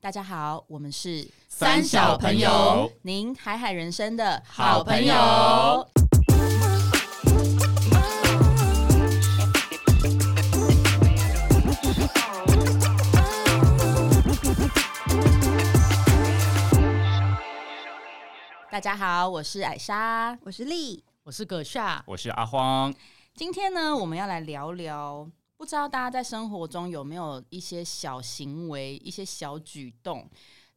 大家好，我们是三小朋友，您海海人生的好朋友。大家好，我是艾莎。我是丽，我是葛夏，我是阿荒，今天呢，我们要来聊聊，不知道大家在生活中有没有一些小行为、一些小举动，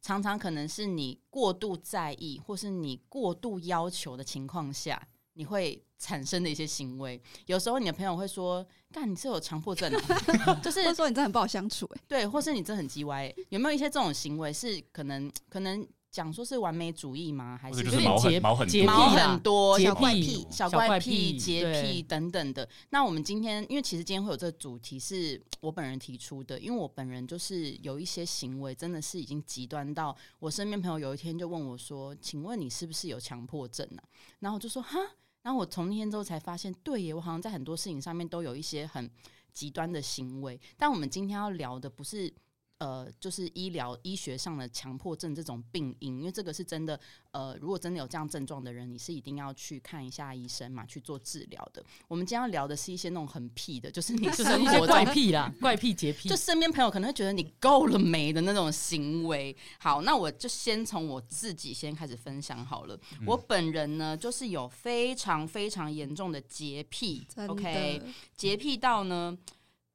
常常可能是你过度在意，或是你过度要求的情况下，你会产生的一些行为。有时候你的朋友会说：“干，你是有强迫症、啊，就是或者说你真的很不好相处、欸，对，或是你这很鸡歪欸、有没有一些这种行为是可能呃可能讲说是完美主义吗？还或是者有就是点毛很洁毛毛很多洁癖啦很多洁小怪癖癖、小小怪怪癖、癖洁癖对等等的。那我们今天，因为其实今天会有这个主题是我本人提出的，因为我本人就是有一些行为真的是已经极端到，我身边朋友有一天就问我说：“请问你是不是有强迫症啊？”然后我就说：“哈。”然后我从那天之后才发现，对耶，我好像在很多事情上面都有一些很极端的行为。但我们今天要聊的不是呃，就是医疗医学上的强迫症这种病因，因为这个是真的，呃，如果真的有这样症状的人，你是一定要去看一下医生嘛，去做治疗的。我们今天要聊的是一些那种很屁的，就是你就是生一些活中怪癖 啦，怪癖洁癖就。身边朋友可能会觉得你够了没的那种行为。好，那我就先从我自己先开始分享好了。我本人呢，就是有非常非常严重的洁癖哎，真的。 ，OK，洁癖到呢，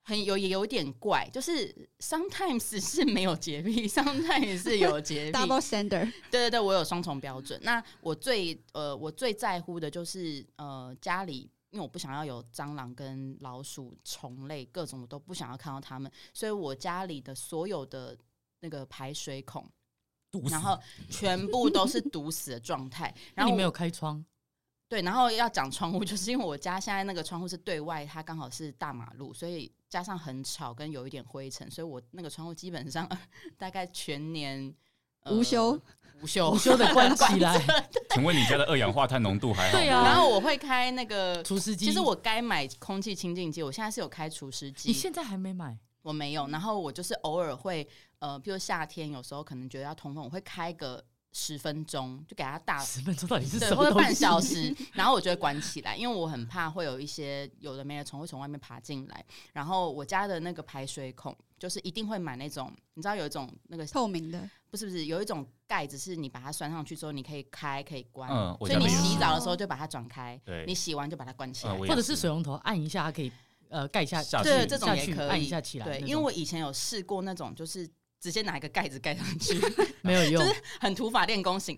很有也有点怪，就是 sometimes 是没有洁癖，sometimes 是有 洁癖。 double standard，对对对，我有双重标准。那我最呃，我最在乎的就是呃，家里因为我不想要有蟑螂跟老鼠、虫类各种，我都不想要看到它们，所以我家里的所有的那个排水孔，毒死然后全部都是堵死的状态。那然后你我没有 开窗，对，然后要讲窗户， 就是因为我家现在那个窗户是对外，它刚好是大马路，所以加上很吵跟有一点灰尘，所以我那个窗户基本上 大概全年、呃无休，无休无休的关起来关着 请问你家的二氧化碳浓度还好吗？对 啊然后我会开那个，除湿机。其实我该买空气清净机，我现在是有开除湿你机，现在还没买，我没有。然后我就是偶尔会，呃，比如夏天有时候可能觉得要通风，我会开个十分钟，就给它大十分钟到底是啊对， 什或么者东半西？小时，然后我就会关起来，因为我很怕会有一些有的没的虫会从外面爬进来。然后我家的那个排水孔，就是一定会买那种，你知道有一种那个透明的，不是不是有一种盖子，是你把它拴上去之后，你可以开可以关，嗯我所以家你里也洗是澡的哦时候就把它转开，对你洗完就把它关起来。嗯我也或者是水龙头按一下，它可以呃盖一下下去对，这种下也去可以按一下起来那对，种。因为我以前有试过那种，就是直接拿一个盖子盖上去， 没有用，很土法练功型、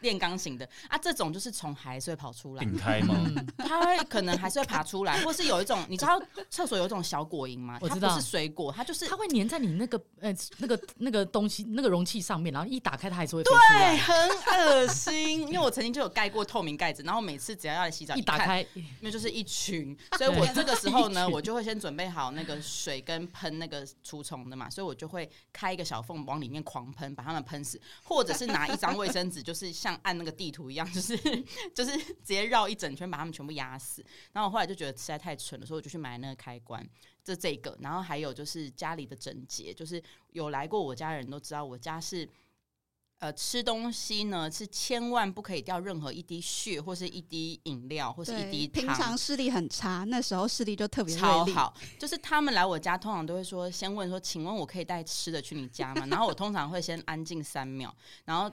练钢型的啊。这种就是虫还是会跑出来，顶开吗？嗯，它会可能还是会爬出来，或是有一种你知道厕所有一种小果蝇吗？我知它道不是水果，它 就是它会粘在你那个呃那个那个东西那个容器上面，然后一打开它还是会飞出哎，来，很恶心。因为我曾经就有盖过透明盖子，然后每次只要要来洗澡，一打看开那就是一 群，所以我这个时候呢，我就会先准备好那个水跟喷那个除虫的嘛，所以我就会开一个小缝往里面狂喷，把它们喷死，或者是拿一张卫生纸，就是像按那个地图一样，就是 就是直接绕一整圈把它们全部压死。然后我后来就觉得实在太蠢了，所以我就去买那个开关，这这个，然后还有就是家里的整洁，就是有来过我家的人都知道，我家是。呃，吃东西呢是千万不可以掉任何一滴血，或是一滴饮料，或是一滴对，糖。平常视力很差，那时候视力就特别超锐利，好，就是他们来我家，通常都会说先问说，请问我可以带吃的去你家 吗？然后我通常会先安静三秒，然后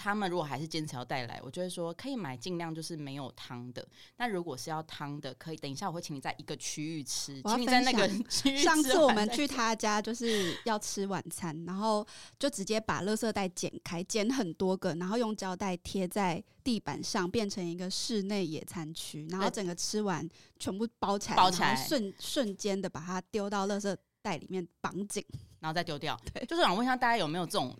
他们如果还是坚持要带来，我就会说可以买，尽量就是没有汤的。那如果是要汤的，可以等一下我会请你在一个区域吃，我要请你在那个分 区域吃完再。上次我们去他家就是要吃晚餐，然后就直接把垃圾袋剪开，剪很多个，然后用胶带贴在地板上，变成一个室内野餐区，然后对整个吃完全部包起来，包起来然后瞬瞬间的把它丢到垃圾袋里面绑紧。然后再丢掉对。就是想问一下大家有没有这种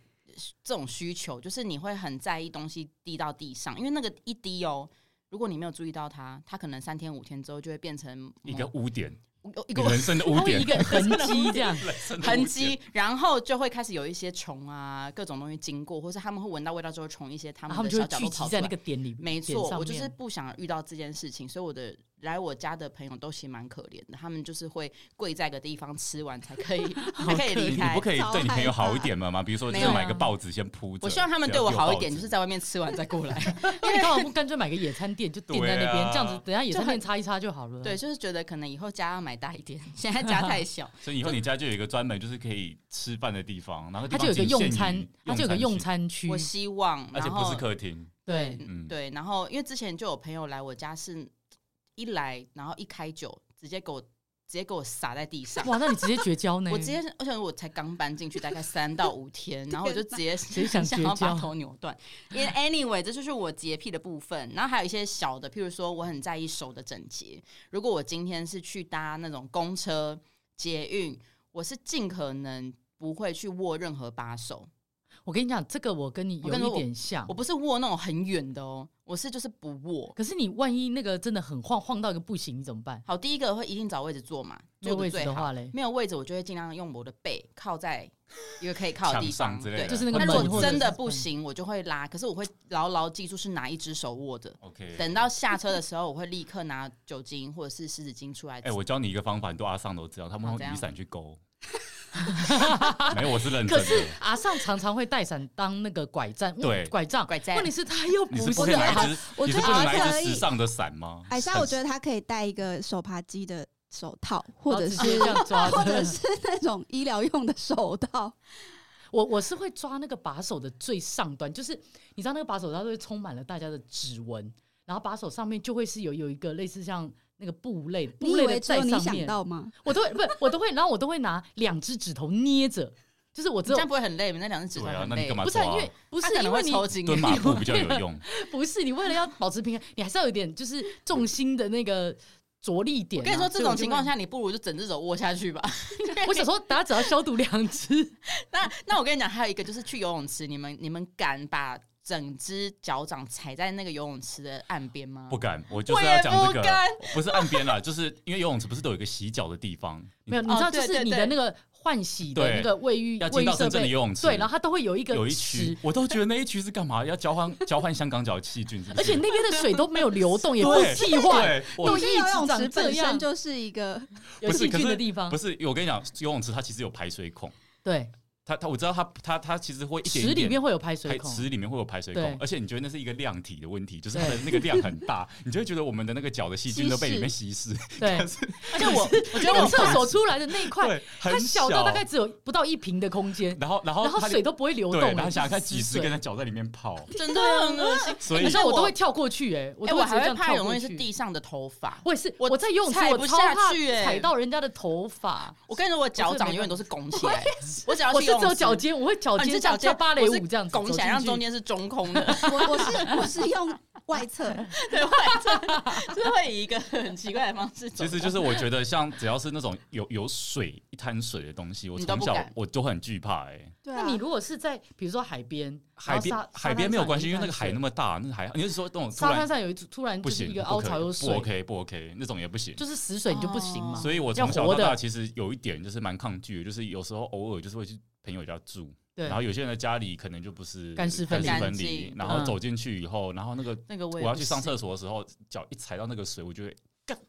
这种需求，就是你会很在意东西滴到地上，因为那个一滴哦。如果你没有注意到它，它可能三天五天之后就会变成一个某污点， 一你个人生的污它会 点一，个痕迹这样， 人生的污点痕迹，然后就会开始有一些虫啊，各种东西经过，或是他们会闻到味道之后，虫一些他然后们啊他的们就小脚都会聚跑集出在那来。个点里，没点错，上我就是面不想遇到这件事情，所以我的来我家的朋友都其实蛮可怜的，他们就是会跪在一个地方吃完才可以，才可以你离你开哦不。可以超对你朋友害怕好一点嘛吗？比如说，就没是有啊买个报纸先铺着。我希望他们这对样我有好一报点，就纸是在外面吃完再过来。那 你干嘛不干脆买个野餐垫就垫在那对边啊，这样子等下野餐就很垫擦一擦就好了。对，，就是觉得可能以后家要买大一点，现在家太小。所以以后你家就有一个专门就是可以吃饭的地方，然后地它方就有一仅限个用于餐，它就有个用区，餐区我，希望，而然且不后是客厅。对，嗯，对，然后因为之前就有朋友来我家，是一来然后一开酒，直接给我直接给我洒在地上。哇，那你直接绝交 呢？我直接，而且我才刚搬进去，大概三到五天，然后我就直接 谁想绝要把交头扭断。因为 anyway，这就是我洁癖的部分。然后还有一些小的，譬如说我很在意手的整洁。如果我今天是去搭那种公车、捷运，我是尽可能不会去握任何把手。我跟你讲，这个我跟你我跟你有说一点像我。不是握那种很远的哦，我是就是不握。可是你万一那个真的很晃，晃到一个不行，你怎么办？好，第一个会一定找位置坐嘛，没有坐位的置最的好。话嘞，没有位置，我就会尽量用我的背靠在一个可以靠的地墙方上之类的对就是那个那门如或果者真的是不行，我就会拉，可是我会牢牢记住是哪一只手握着。 OK。等到下车的时候，我会立刻拿酒精或者是湿纸巾出来。哎，我教你一个方法，你都阿上都知道，他们好用怎样雨伞 去勾。 没有，我是认真可是的。阿尚常常会带伞当那个拐杖，嗯对拐杖，拐杖问题是他又你不啊是不是可以拿阿一只，我你觉是得不能拿一可只时以。尚的伞吗？啊海哎莎，我觉得得他可以带一个手扒鸡的手套，或者然后直接是这样抓或者的。是那种医疗用的手套。我我是会抓那个把手的最上端，就是你知道那个把手它会充满了大家的指纹，然后把手上面就会是有有一个类似像那个布类布你以类为的只在有你上想面，到吗？我都会不是我都会，然后我都会拿两只指头捏着，就是我你只这有样不会很累吗？那两只指头对啊很，那你累干。嘛不是抓啊因为啊？不他是可因能为会你抽筋。啊蹲马步比较有 用。不是你为了要保持平衡，你还是要有点就是重心的那个着力点我啊、跟你说，所这以种就情会况，下，你不如就整只手握下去吧。我想说，大家只要消毒两只， 那那我跟你讲，还有一个就是去游泳池，你们你们敢把整只脚掌踩在那个游泳池的岸边吗？不敢，我就我是要也讲不这个敢，不是岸边啦，就是因为游泳池不是都有一个洗脚的地方，你 没有，你哦知道，就对是对你的对那个换洗的对那个卫浴要卫进浴到设真正的备，游泳池，对，然后它都会有一个有一池区，，我都觉得那一区是干嘛？要交换交换香港脚气菌，是不是而且那边的水都没有流动，也不对替换，对，都我我觉得一游直泳长池这本样身就是一个有不是细可菌是的地方不，是我跟你讲，游泳池它其实有排水孔，对，它它我知道它它它其实会一点池一点里面会有排排水孔，池里面会有排水对孔，而且你觉得那是一个量体的问题，就是它的那个 量很大，你就会觉得我们的那个脚的细菌都被里面稀释，对可，是而且 我我觉得那我个厕所出来的那一块，对它很小到大概只有不到一平的空间，然后然后然后它水都不会流对动，，哎然后想想看就是几十水根的脚在里面 泡，真的很恶心。所以可可是是我我都会跳过去、哎，我哎、都我会直还接这会样怕跳有东过西去。是地上的头发。我也是，我我在游泳池，踩我不超下怕去哎踩到人家的头发。我跟你说，我脚掌永远都是拱起来，我只要我去是游泳只有池脚尖，我会脚哦你尖是脚像尖像芭蕾舞这样子我是拱起来，走进让去中间是中空的， 我 我是我是用外侧，对，会这就是会以一个很奇怪的方式走其到。实就是我觉得，像只要是那种有有水一滩水的东西，我你都从不小敢我都很惧怕、哎，对啊那你如果是在比如说海边，海边然后沙海边没有关系，因为那个沙海那滩上有一滩么大，那海你是说那种水突沙滩然上有一突然不就是行，一个不凹可以槽有不水， OK 不 OK 那种也不行。就是死水你就不行嘛。所以我要从小活到大的其实有一点就是蛮抗拒的，就是有时候偶尔就是会去朋友家住，对然，后有些人的家里可能就不是干湿分离干湿分干离净，然后嗯走进去以后，然后那个那个我我也要不去上行，厕所的时候，脚一踩到那个水，我就会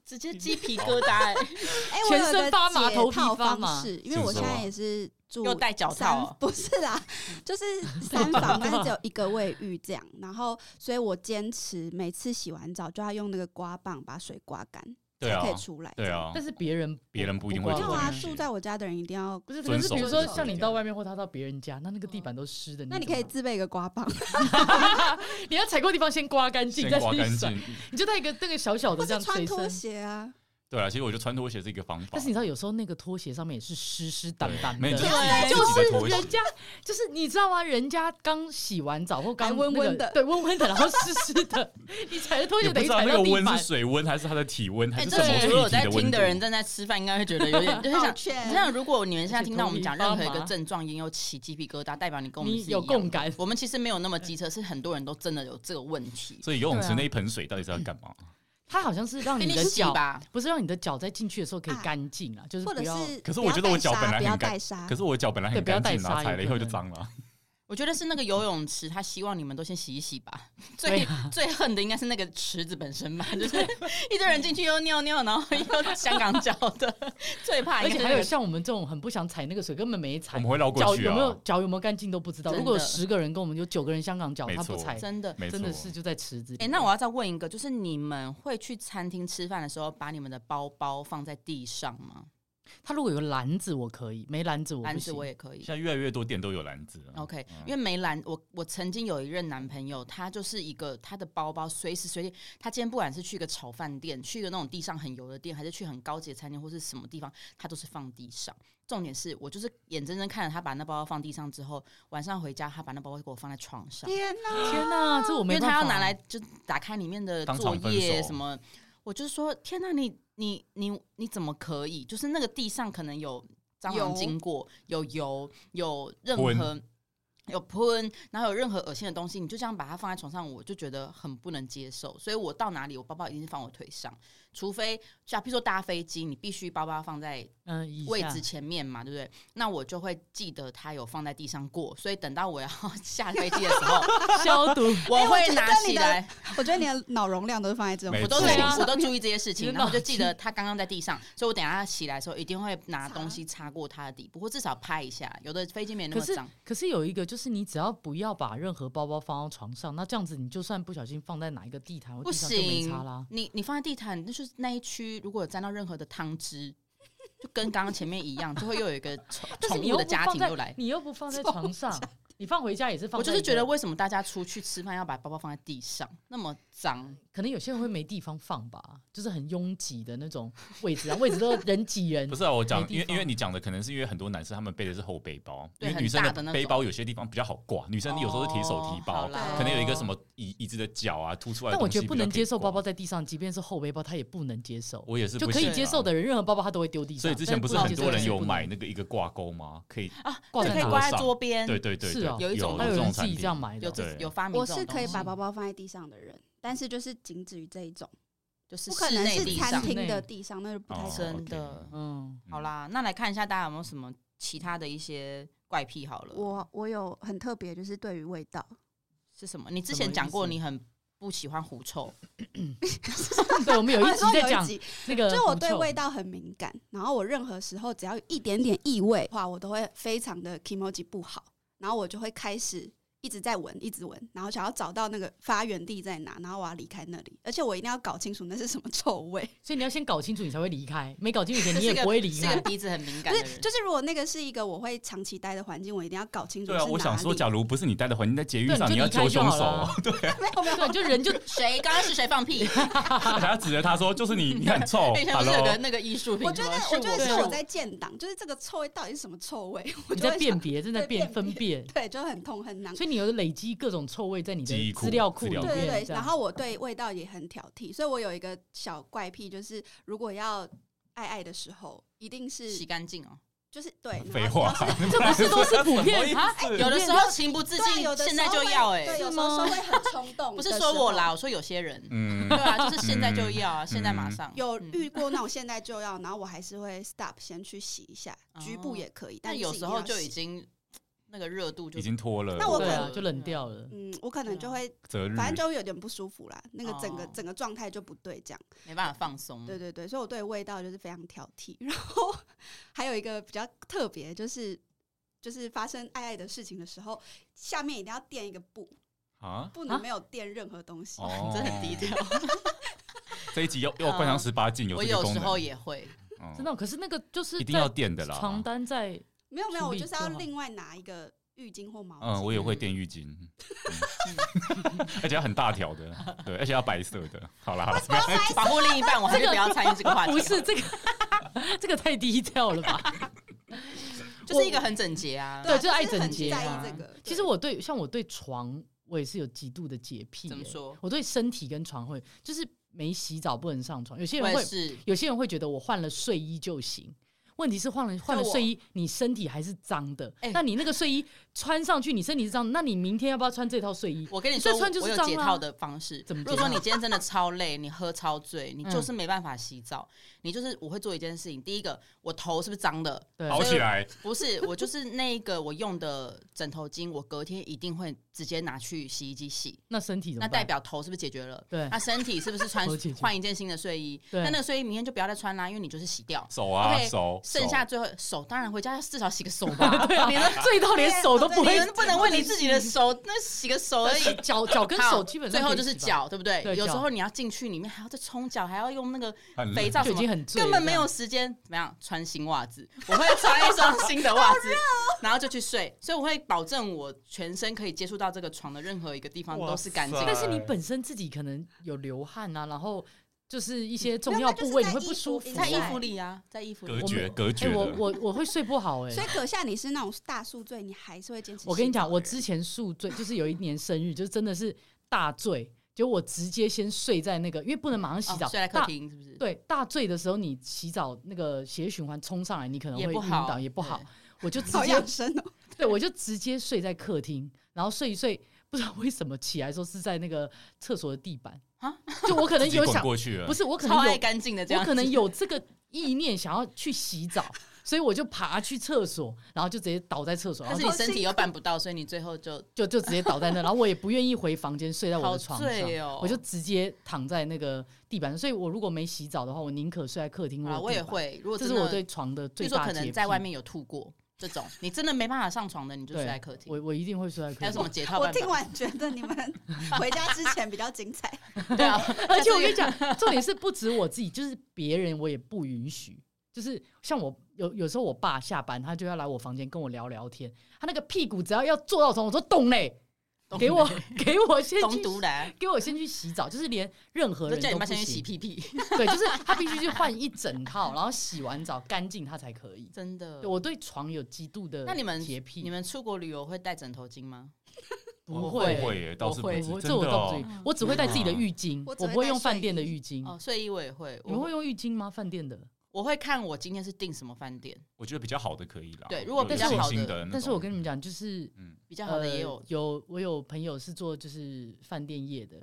直接鸡皮哦疙瘩、欸，哎，我有全一身个发麻解头皮套发方麻式，因为我是现什在么也是住又戴脚三 套哦、不是啦，就是三房，但是只有一个卫浴这样。然后，所以我坚持每次洗完澡就要用那个刮棒把水刮干，对才啊可以出来。对，啊但，是别人别人不一定会刮这没样有我啊，是住在我家的人一定要，不是，可遵是守比如说遵守像这你个到外面或他到别人家，那那个地板都湿的，那你可以怎么自备一个刮 棒，办你要踩过的地方先刮干净，先再刮去干甩，净。你就带一个那个小小或的这是样穿随拖身。鞋啊。对啊，其实我觉得穿拖鞋是一个方法但是。你知道，有时候那个拖鞋上面也是湿湿掸掸没有的就，对是啊自己就是自己的拖鞋人家就是你知道吗？人家刚洗完澡或刚还温那个温的对温温的，然后湿湿的，你踩的拖也鞋不等于知道踩那个到地温板是。水温还是它的体温还哎、是这什么个如果有具体在的温听度的。人正在吃饭，应该会觉得有 点，就是抱想。歉你，想，如果你们现在听到我们讲任何一而且个头皮发麻症状，也有起鸡皮疙瘩，代表你跟我们你是一有样共感，我们其实没有那么机车，是很多人都真的有这个问题。所以游泳对池啊那一盆水到底是要干嘛？它好像是让给你你的洗脚，吧，不是让你的脚在进去的时候可以啊干净啊，就是或者不要。是可是不我要觉得我带脚沙本来不要很干带沙可，是我脚本来啊对很不要干带净啊，沙踩了以有可后能就脏了。我觉得是那个游泳池，他希望你们都先洗一洗吧。最、啊最恨的应该是那个池子本 身吧，就是一堆人进去又尿尿，然后又香港脚的， 最怕而应该且是那还有个像我们这种很不想踩那个水，根本没我踩们，会绕哎脚过去有啊没，有脚有没有干净都不知道。真的如果有十个人跟我们有九个人香港脚，没他不错踩，真的。没错啊真的是就在池子里。哎、那我要再问一个，就是你们会去餐厅吃饭的时候，把你们的包包放在地上吗？他如果有篮子，我可以；没篮子我不行，嗯篮子我也可以现。在越来越多店都有篮子了。 OK，因为梅兰，我我曾经有一任男朋友，他就是一个他的包包随时随地，他今天不管是去一个炒饭店，去一个那种地上很油的店，还是去很高级的餐厅或是什么地方，他都是放地上。重点是我就是眼睁睁看着他把那包包放地上之后，晚上回家他把那包包给我放在床上，天哪！天哪，这我因没为办他法。要啊拿来就打开里面的当作场分业手什么，我就是说天哪、你你你你怎么可以？就是那个地上可能有蟑螂油经过，有油，有任喷何。有喷，然后有任何恶心的东西，你就这样把它放在床上，我就觉得很不能接受。所以我到哪里，我包包一定是放我腿上，除非像比如说搭飞机，你必须包包放在嗯以下位置 前面嘛，对不对？那我就会记得它有放在地上过，所以等到我要 下飞机的时候，消毒，我我会觉得拿你起的来， 我觉得你的脑容量都是放在这种没我事都情注错意对啊，我都注意这些事 情，真的然后就记得他刚刚在地上，所以我等一下起来的时候一定会拿擦东西擦过他的底部，或至少拍一下。有的飞机没那可么是脏，可是有一个，就是你只要不要把任何包包放到床上，那这样子你就算不小心放在哪一个地毯或不地上就没行差啦。。你你放在地毯，那就是那一区如果有沾到任何的汤汁，就跟刚刚前面一样，就会又有一个宠 但是宠你物又的不家放庭在又来。你又 不放在床上，你放回家也是放。我就是觉得，，为什么大家出去吃饭要把包包放在地上，那么脏？可能有些人会没地方放吧，就是很拥挤的那种位置啊，位置都人挤 人不。是啊，我没讲，地因为因为方你讲的可能是因为很多男生他们背的是后背包，因对为很女生大的那的背种包有些地方比较好挂，女生有时候是提手提哦好包，啦可能有一个什么椅椅子的脚啊凸出来的但我东西觉比较可以挂，得不能接受包包在地上，即便是后背包，他也不能接受。我也是就不可以行接啊受。的人，任何包包他都会丢地上。所以之前但不是是能很接多受人的有人买那个一个挂钩吗？可以，挂就在可以哪挂在上桌边，对对对是哦对，嗯有一种还有这人种自产己品这样买的有哦。这对有发明我这种是可以东把西包包放在地上的人，但是就是仅止于这一种，就是不可室能内是地餐上。厅的地上，那就不太哦可 真能。OK 的嗯，好啦，那来看一下大家有没有什么其他的一些怪癖好了。我我有很特别，就是对于味道，是什么？你之什么前意讲过思你很不喜欢狐臭，对，我们有一集我啊说在有一 讲集那个狐臭，嗯就我对味道很敏感，然后我任何时候只要有一点点异味的话，我都会非常的 k i m o j i 不好，然后我就会开始一直在闻，一直闻，然后想要找到那个发源地在哪，然后我要离开那里，而且我一定要搞清楚那是什么臭味。所以你要先搞清楚，你才会离开。没搞清 楚以前，你是也个不会离是开个。鼻子很敏不感的是，人。就是如果那个是一个我会长期待的环境，我一定要搞清楚对是哪啊，里。我想说，假如不是你待的环境，在捷运对，上你要揪就离开就凶好手哦，了。对，就人 就谁？刚刚是谁放屁？ 还要指着他说，就是你，你很 臭那天不是有个，Hello，那个艺术品我吗？觉得，我觉得是是我在建档，就是这个臭味到底是什么臭味，我你就在会辨想，别，正在对辨辨分辨，对，就很痛很难。所以你有累积各种臭味在你记的忆资库料库资里料面有对库这样。对对，然后我对味道也很挑剔，所以我有一个小怪癖，就是如果要爱爱的时候，一定洗是干净哦。就是对，废然后 话要是，这不是都是 普遍啊啊？有的时候情不自对啊，有禁，现的时在候就会要对，哎，有是时候吗会很冲动。 不是说我啦，，我说有些人，嗯对，啊，就是现在就要啊，现在马嗯上有嗯遇过那种现在就要，然后我还是会 stop 先去洗一下，局部哦也可以，但但是有一时定候要就洗已经那个热度就已经脱了，那我可对能啊，就冷掉了。嗯，我可能就会，择日，反正就有点不舒服啦，那个整个啊哦整个状态就不对，这样。没办法放嗯松。对对对，所以我对味道就是非常挑剔。 然后还有一个比较特别，就是就是发生爱爱的事情的时候，下面一定要垫一个布，啊，不啊能没有垫任何东 西。哦真的很低调， 嗯这一集要要灌上十八禁，有我这个有功时能，候也会。嗯真的，可是那个就是一定要在垫的床啦。单在，没有没有，处我理就是要就好另外拿一个浴巾或毛巾。嗯，我也会垫浴巾，嗯 而且要很大条的，对，而且要白色的。好啦，好啦， 保护另一半，我还是不要参与这个话题。 不是这个，这个太低调了 吧？就是一个很整洁啊。对啊，对就是爱很整洁在啊意这个。其对实我对像我对床，我也是有极度的洁癖、怎么欸说我对身体跟床会，就是没洗澡不能上床。有些我人也会，是，有些人会觉得我换了睡衣就行。问题是换了换了就我睡衣，你身体还是脏的。哎那你那个睡衣穿上去，你身体是脏的，那你明天要不要穿这套睡衣？我跟你这说，穿就是我有脏解啊套的方式。怎么如解果说套你今天真的超累，你喝超醉，你嗯就是没办法洗澡，你就是我会做一件事情。第一个，我头是不是脏的？对， 好起来，不 是，我就是那一个我用的枕头巾，我隔天一定会直接拿去洗衣机洗。那身体怎么那办代表头是不是解决了？对那身体是不是穿 头解决换一件新的睡衣？对那那个睡衣明天就不要再穿啦，因为你就是洗掉。手啊 OK，手，剩下最后手，当然回家要至少洗个手 吧。对啊，你 们醉到连手都不 你会，们不能为你自己的手那洗个手而已。脚脚跟好手基本上最后可以就是洗吧，脚，嗯对不对？对有时脚候你要进去里面还要再冲脚，还要用那个手很肥皂就什已经么。很醉了，根本没这样有时间怎么样穿新袜子，我会穿一双新的袜子，然后就去睡，所以我会保证我全身可以接触到这个床的任何一个地方哇都是干净塞的。但是你本身自己可能有流汗啊，然后就是一些重没有要那就部是位你会在衣不服舒服你啊。在衣服哎里啊，在衣服隔里，绝我隔绝哎我的，我我会睡不好哎、所以阁下你是那种大宿醉，你还是会坚持洗澡的人。我跟你讲，我之前宿醉，就是有一年生日，就真的是大醉，就我直接先睡在那个，因为不能马上洗哦澡，睡在客大厅是不是？对，大醉的时候你洗澡那个血液循环冲上来，你可能也会不晕好倒，也不好对。我就直好接养生 哦，对，我就直接睡在客厅，然后睡一睡，不知道为什么起来的时候是在那个厕所的地板啊，就我可能自己有滚想，过去了，不是我可超能爱有，干净的这样我子。可能有这个意念想要去洗澡，所以我就爬去厕所，然后就直接倒在厕所，然 但后是就你身体又办不到，所以你最后就就就直接倒在那，然后我也不愿意回房间睡在我好的床上。醉哦。我就直接躺在那个地板上，所以我如果没洗澡的话，我宁可睡在客厅或啊，者我也地板，会。如果这真是的我对床的就最说大可的能洁在癖外面有吐过这种，你真的没办法上床的，你就睡对在客厅。我我一定会睡在客还有什厅么。解套我办听法？完觉 得你们回家之前比较精彩。对啊，而且我跟你讲，重点是不止我自己，就是别人我也不允许。就是像我有有时候我爸下班，他就要来我房间跟我聊聊天，他那个屁股只要要坐到床，我说懂嘞，给我给我 先东去读来，给我先去洗澡，就是连任何就人叫你都不妈先去行。洗屁 屁，对，就是他必须去换一整套，然后洗完澡干净他才可以。真的对。我对床有极度的那你们洁癖，你们出国旅游会带枕头巾吗？不哦会会会耶，倒是我会，不我会这我倒不至于真的哦，嗯我只会带自己的浴巾，我只我会不会带用饭睡店的衣浴巾。哦，睡衣我也会，嗯你们会我用浴巾吗？饭店的？我会看我今天是订什么饭店，我觉得比较好的可以啦。对如果有比较信好心的的那但是我种跟你们讲，就是嗯，比较好的也有呃。有我有朋友是做就是饭店业的，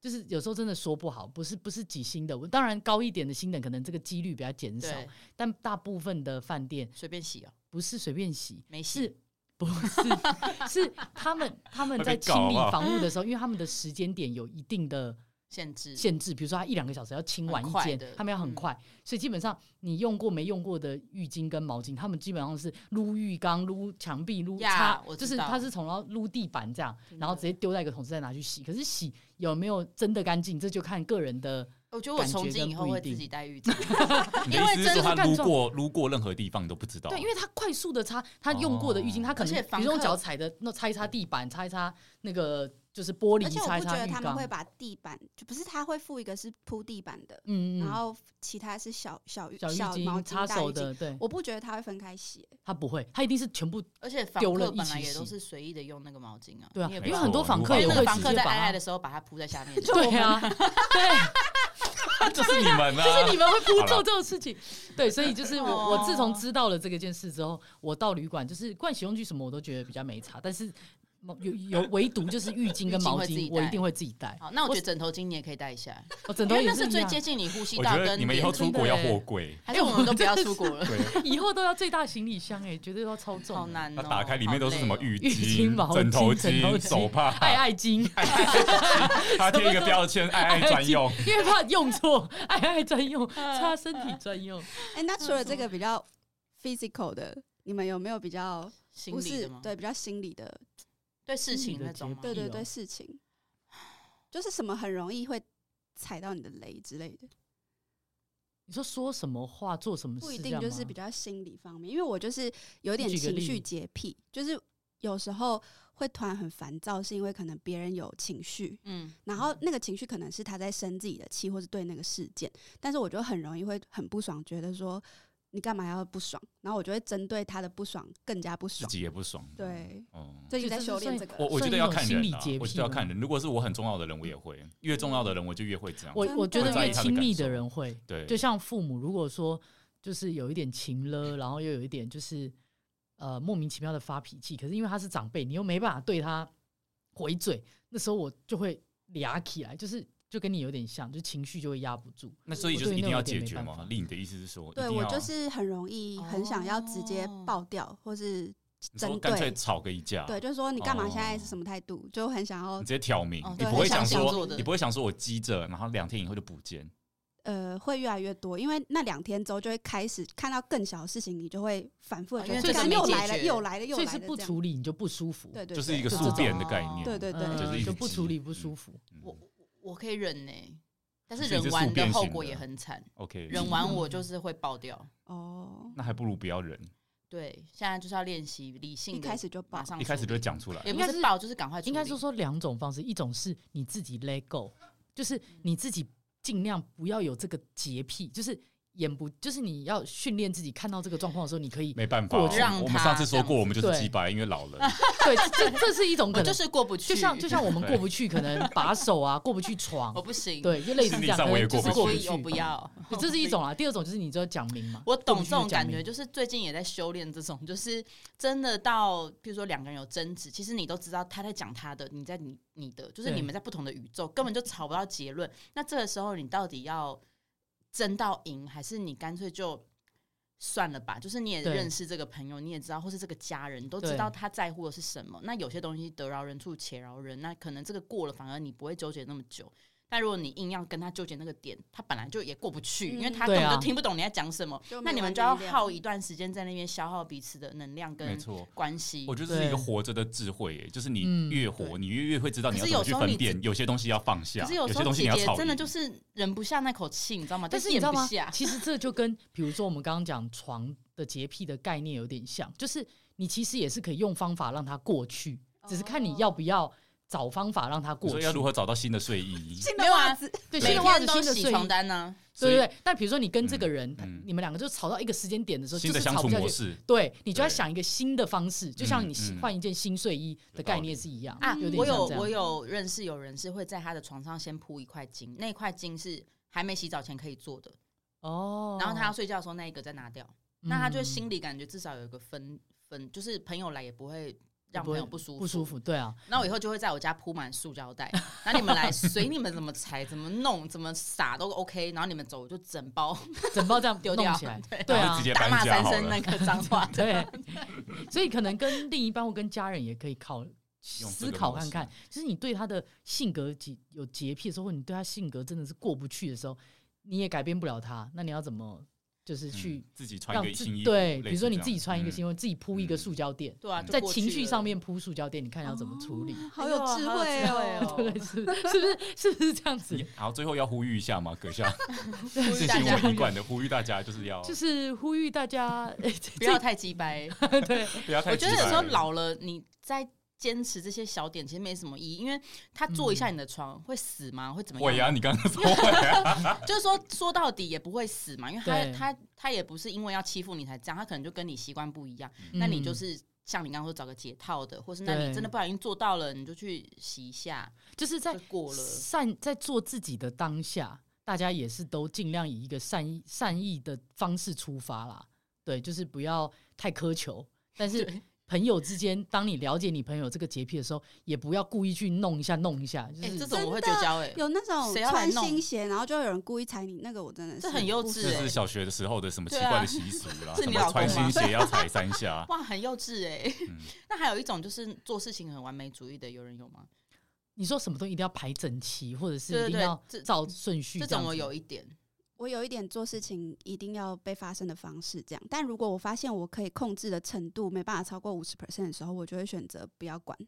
就是有时候真的说不好，不是不是几星的，当然高一点的星等可能这个几率比较减少，对，但大部分的饭店随便洗哦，不是随 便洗，没洗。是。不是，是他们他们会在被清搞啊理好不好房屋的时候，因为他们的时间点有一定的限制限制，比如说他一两个小时要清完一很快间的，他们要很嗯快，所以基本上你用过没用过的浴巾跟毛巾，他们基本上是撸浴缸、撸墙壁、撸呀擦我，知就是道他是从然后撸地板这样，真的然后直接丢在一个桶子再拿去洗。可是洗有没有真的干净，这就看个人的。我觉得我从今以后会自己带浴巾， 你因的为意思真是说的他干撸撞过撸过任何地方你都不知道？对，因为他快速的擦，他用过的浴巾，哦他可能而且比房如用客脚踩的，那擦一擦地板，擦一擦那个就是玻璃而且，我擦一不觉擦得浴他们缸会。把地板，就不是他会附一个是铺地板的，嗯，嗯然后其他是小小小浴小毛巾、擦巾、大浴手巾。的，对，我不觉得他会分开洗，他不会，他一定是全部而且房丢了客一本起来也都洗是随意的用那个毛巾啊，对啊，你也因不为知道很多我房无客法因也为那会个房直客接在把爱爱它 的时候把它铺在下面，对 啊，对，就是你们啊，就是你们会好不啦做这种事情。对，所以就是我，我自从哦知道了这个件事之后，我到旅馆就是盥洗用具什么我都觉得比较没差，但是有有唯独就是浴巾跟浴巾毛会自巾己，带我一定会自己带。好，那我觉得枕头巾你也可以带一下，啊我枕因头为也那是一最样接，近你呼吸我道觉得跟你们以后脸的出国要货柜，还是我们都不要出国了，对，以哎后都要最大行李箱哎，绝对都要超重。 好难那哦。打开里面都是什么好累哦？浴浴巾毛巾枕头枕头巾、巾哎手帕，爱 爱巾， 他贴一个标签，爱爱专用。因为怕用错， 爱爱专用，嗯擦身体专用。哎、那除了这个比较 physical 的，你们有没有比较心不理是的吗？对比较心理的？对事心理情的那种洁吗？对对对，哦事情就是什么很容易会踩到你的雷之类的，你说说什么话，做什么事，不一定就是比较较心理方面。因为我就是有点你举个情例绪洁癖，就是有时候会突然很烦躁，是因为可能别人有情绪，嗯，然后那个情绪可能是他在生自己的气，或是对那个事件，但是我就很容易会很不爽，觉得说你干嘛要不爽，然后我就会针对他的不爽更加 不自爽。己也不爽。对，哦，最近就在是修炼算这个。我我觉算一得要种看心人理啊洁，我觉癖得要吗看人。如果是我很重要的人，我也会；越重要的人，我就越会这样。我真我觉得的越亲密的人会，对，就像父母，如果说。就是有一点情了， 然后又有一点就是呃莫名其妙的发脾气。可是因为他是长辈，你又没办法对他回嘴，那时候我就会俩起来，就是就跟你有点像，就情绪就会压不住。那所以就是一定要解决我对那有点没办嘛法？丽，你的意思是说，一对定我要啊就是很容易很想要直接哦爆掉，或是你针说干脆对，吵个一架，对，就是说你干嘛现在哦嗯是什么态度，就很想要你直接挑明哦，你对不会很像想星说座，的你不会想说我积着，然后两天以后就补件，呃，会越来越多，因为那两天之后就会开始看到更小的事情，你就会反复的哦觉因得为这这个个又没解来了，决又来了，又所来以了，是不这样处理你就不舒服，对对，就是一个对宿便的概念。对对对，呃嗯就是一直就不急处理不舒服。嗯我我可以忍呢、但是所以忍是完宿便的后型果的嗯也很惨， OK，忍完我嗯就是会爆掉。哦，那还不如不要忍，对，现在就是要练习理性一地开始就爆马，上一开始处就理讲出来。也应不该是是爆，就是赶快处理。应该是说两种方式，一种是你自己 let go，就是你自己尽量不要有这个洁癖，就是眼不，就是你要训练自己看到这个状况的时候，你可以没办法，我让我们他上次说这样过，我们就子是对几百，因为老了。对，这这这是一种可我就哦能，是过不去，就像就像我们对过不去，可能把手啊过不去床我，不行，对，就类似哦心理这样，上可我也能就过是我不过所不以去嗯我不。要，这是一种啊，第二种就是你就要讲明嘛。我懂这过不种去就讲感明觉，就是最近也在修炼这种，就是真的到，比如说两个人有争执，其实你都知道他在讲他的，你在你你的，就是对你们在不同的宇宙，根本就吵不到结论。那这个时候，你到底要争到赢，还是你干脆就算了吧？就是你也对认识这个朋友，你也知道，或是这个家人，你都对知道他在乎的是什么。那有些东西得饶人处且饶人，那可能这个过了，反而你不会纠结那么久。但如果你硬要跟他纠结那个点，他本来就也过不去，因为嗯他根本对啊就听不懂你在讲什么。就那你没们完就要没了耗一段时间在那边消耗彼此的能量没跟错，关系我。觉得这是一个对活着的智慧耶，就是你嗯越活，对你越越会知道你要可是怎有么去时候分你辨，有些东西要放下，可是有时些候东西你姐要姐吵赢。真的就是忍不下那口气，你知道吗？但是你就咽知道啊不吗下？其实这就跟比如说我们刚刚讲床的洁癖的概念有点像，就是你其实也是可以用方法让它过去，只是看你要不要找方法让它你过说去。要如何找到新的睡衣？新没的有袜啊子，对每新的袜天子、都新的洗睡床衣，单啊呢、所对以对对。但比如说你跟这个人，嗯嗯你们两个就吵到一个时间点的时候，新就的是相吵处不下模去。式，对，你就要对想一个新的方式，就像你洗嗯嗯换一件新睡衣的概念是一样啊！有我有点像这样。我有认识有人是会在他的床上先铺一块巾，那块巾是还没洗澡前可以做的，哦，然后他要睡觉的时候那一个再拿掉，嗯那他就心里感觉至少有一个分分，就是朋友来也不会让不会朋友不舒服。不舒服，对啊，那我以后就会在我家铺满塑胶袋，然后你们来随你们怎么踩、怎么弄、怎么撒都 OK，然后你们走我就整包整包这样丢弄掉起来，，对，对然啊。后直接打搬骂家三好声了那。个脏话 对，所以可能跟另一半或跟家人也可以考用思这个考模看式看，就是你对他的性格洁有洁癖的时候，或你对他性格真的是过不去的时候，你也改变不了他，那你要怎么就是去嗯自己穿让一个自新衣服，对，类比如似说这你样自己穿一个嗯新闻，自己铺一个塑胶垫，对啊，就在过情去绪了上，面铺塑胶垫，你看要怎么处哦理？哦好有智慧哎呦好有智慧哦。哦对，是是不是是不是这样子？你好，最后要呼吁一下嘛，阁下，呼吁进大行家我一贯的呼吁，大家就是要就是呼吁 大家，哎不要太鸡掰。这对，不要太我急觉得有时候了老了，你在坚持这些小点其实没什么意义，因为他坐一下你的床会死吗？会怎么会呀，样？你刚刚说会啊，就是说说到底也不会死嘛，因为对他他他也不是因为要欺负你才这样，他可能就跟你习惯不一样。那你就嗯是像你刚刚说找个解套的，或是那对你真的不小心做到了，你就去洗一下，就是在就过了。善在做自己的当下，大家也是都尽量以一个善意善意的方式出发啦。对，就是不要太苛求，但是对朋友之间，当你了解你朋友这个洁癖的时候，也不要故意去弄一下弄一下，就哎、是、这种我会真绝的交哎、有那种谁要来穿弄新鞋，然后就有人故意踩你，那个我真的是这很幼不稚这欸是小学的时候的什么奇对啊怪的习俗啦，是什你么老穿公吗，新鞋要踩三下哇，很幼稚哎、嗯 那还有一种就是做事情很完美主义的，有人有吗？你说什么都一定要排整齐，或者对是对一定对要这照顺序这样种我子有一点，我有一点做事情一定要被发生的方式这样，但如果我发现我可以控制的程度没办法超过五十 percent 的时候，我就会选择不要管，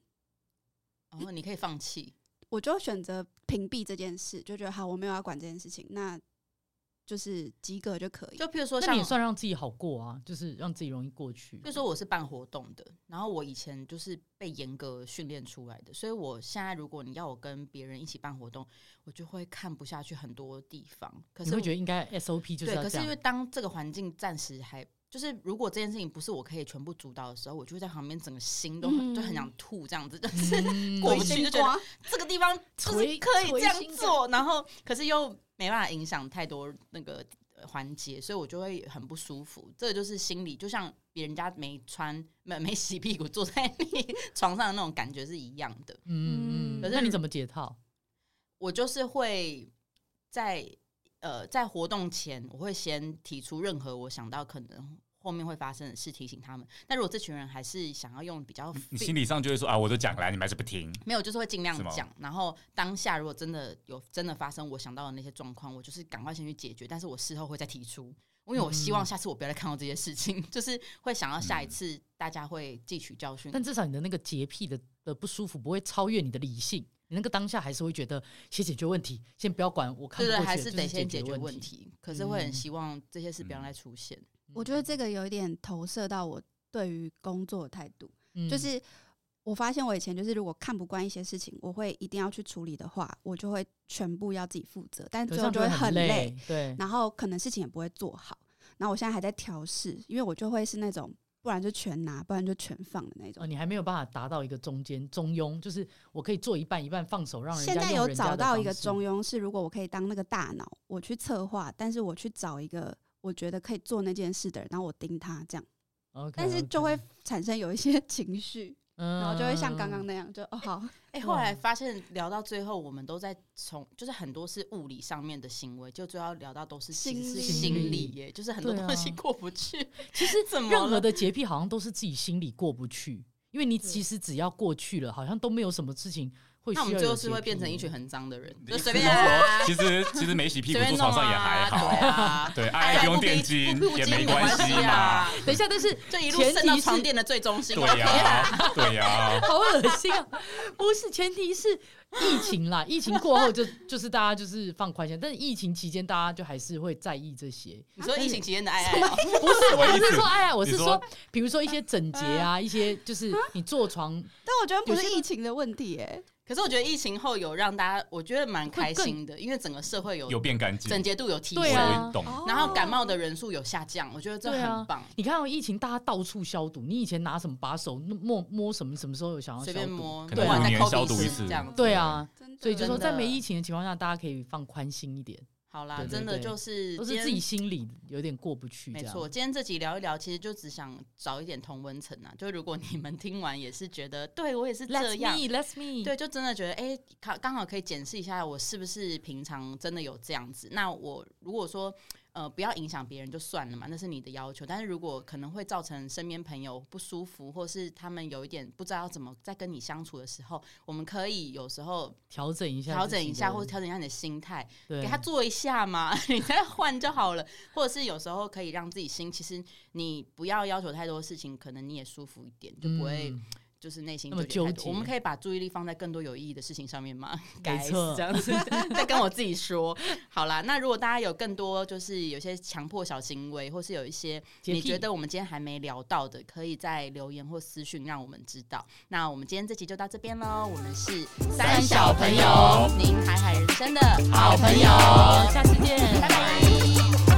然后你可以放弃，我就选择屏蔽这件事，就觉得好，我没有要管这件事情，那就是及格就可以。就譬如说那像你也。算让自己好过啊，就是让自己容易过去譬。如说我是办活动的，然后我以前就是被严格训练出来的，所以我现在如果你要我跟别人一起办活动，我就会看不下去很多地方。可你是会觉得应该 SOP 就是对，要可是这因为样，当这个环境暂时还就是，如果这件事情不是我可以全部主导的时候，我就会在旁边整个心都很、就很想吐，这样子就是、嗯 过鬼不去西就觉得瓜，这个地方就是捶可以捶这样心做，然后可是又没办法影响太多那个呃环节，所以我就会很不舒服。这个就是心理，就像别人家没穿、没没洗屁股坐在你 床上的那种感觉是一样的。嗯，可是那你怎么解套？我就是会在呃在活动前，我会先提出任何我想到可能后面会发生的事，提醒他们。但如果这群人还是想要用比较你 fit- 心理上就会说啊，我都讲了，你们还是不听。没有，就是会尽量是吗讲。然后当下如果真的有真的发生我想到的那些状况，我就是赶快先去解决，但是我事后会再提出，因为我希望下次我不要再看到这些事情， 就是会想要下一次大家会汲取教嗯训。但至少你的那个洁癖的的不舒服不会超越你的理性，你那个当下还是会觉得先解决问题，先不要管我看对不对，过去了，还是就得先解解决问问。题。可是会很嗯希望这些事不要再出现。我觉得这个有一点投射到我对于工作的态度，嗯就是我发现我以前就是如果看不惯一些事情，我会一定要去处理的话，我就会全部要自己负责，但可最是后这样就会很累，对，然后可能事情也不会做好。然后我现在还在调试，因为我就会是那种不然就全拿，不然就全放的那哦，种。你还没有办法达到一个中间中庸，就是我可以做一半一半放手，让人家现在用有人家找的到方一个式中庸，是如果我可以当那个大脑，我去策划，但是我去找一个我觉得可以做那件事的人，然后我盯他这样， ，OK，但是就会 OK， 产生有一些情绪，嗯然后就会像刚刚那样，就哦好， 哎、后来哇发现聊到最后，我们都在从就是很多是物理上面的行为，就最后聊到都是其实是心理心理耶，就是很多对啊东西过不去。其实怎么任何了的洁癖好像都是自己心里过不去，因为你其实只要过去了，好像都没有什么事情会需那要我有们洁癖。最后是会变成一群很脏的人，就随比便如啊说，其实其实没洗屁随股便坐弄床啊，上也还好，对啊， 对，爱不用不垫不巾不不也巾没没关关系嘛 啊，，等一下，但是就一路前伸到提床是垫的最中心。对啊呀，对呀，好恶心啊！不是，前提是疫情啦， 疫情过后就就是大家就是放宽心，但是疫情期间大家就还是会在意这些。你说疫情期间 的爱爱哦，不是，么我不意思是说哎呀，我你是说说，比如说一些整洁啊，一些就是你坐床但我觉得不有些是疫情的问题、欸，可是我觉得疫情后有让大家，我觉得蛮开更心的，因为整个社会有有变干净，整洁度有提对啊升，我懂。然后哦感冒的人数有下降，我觉得这对啊很棒。你看到疫情，大家到处消毒。你以前拿什么把手摸摸什么？什么时候有想要随消便毒？摸，可能不管五在年 COVID 消毒一时次这样子。啊对啊，真的所以就说真的在没疫情的情况下，大家可以放宽心一点，好啦，对对真的对就是都今天是自己啊心里有点过不去。没这样错，，今天这集聊一聊，其实就只想找一点同温层啊。就如果你们听完也是觉得，对我也是这 Let's 样， me，Let's me。对，就真的觉得，哎、刚刚好可以检视一下我是不是平常真的有这样子。那我如果说，呃，不要影响别人就算了嘛，那是你的要求。但是如果可能会造成身边朋友不舒服，或是他们有一点不知道要怎么在跟你相处的时候，我们可以有时候调整一下自己的，调整一下，或者调整一下你的心态，对给他做一下嘛， 你再换就好了。 或者是有时候可以让自己心，其实你不要要求太多事情，可能你也舒服一点，就不会嗯就是内心那么纠结太纠多。结我们可以把注意力放在更多有意义的事情上面嘛？没错 Guys，这样子 在跟我自己说。好啦，那如果大家有更多就是有些强迫小行为，或是有一些洁你癖觉得我们今天还没聊到的，可以在留言或私讯让我们知道。那我们今天这集就到这边喽，我们是三小朋友您海海人生的好朋友下次见，拜拜。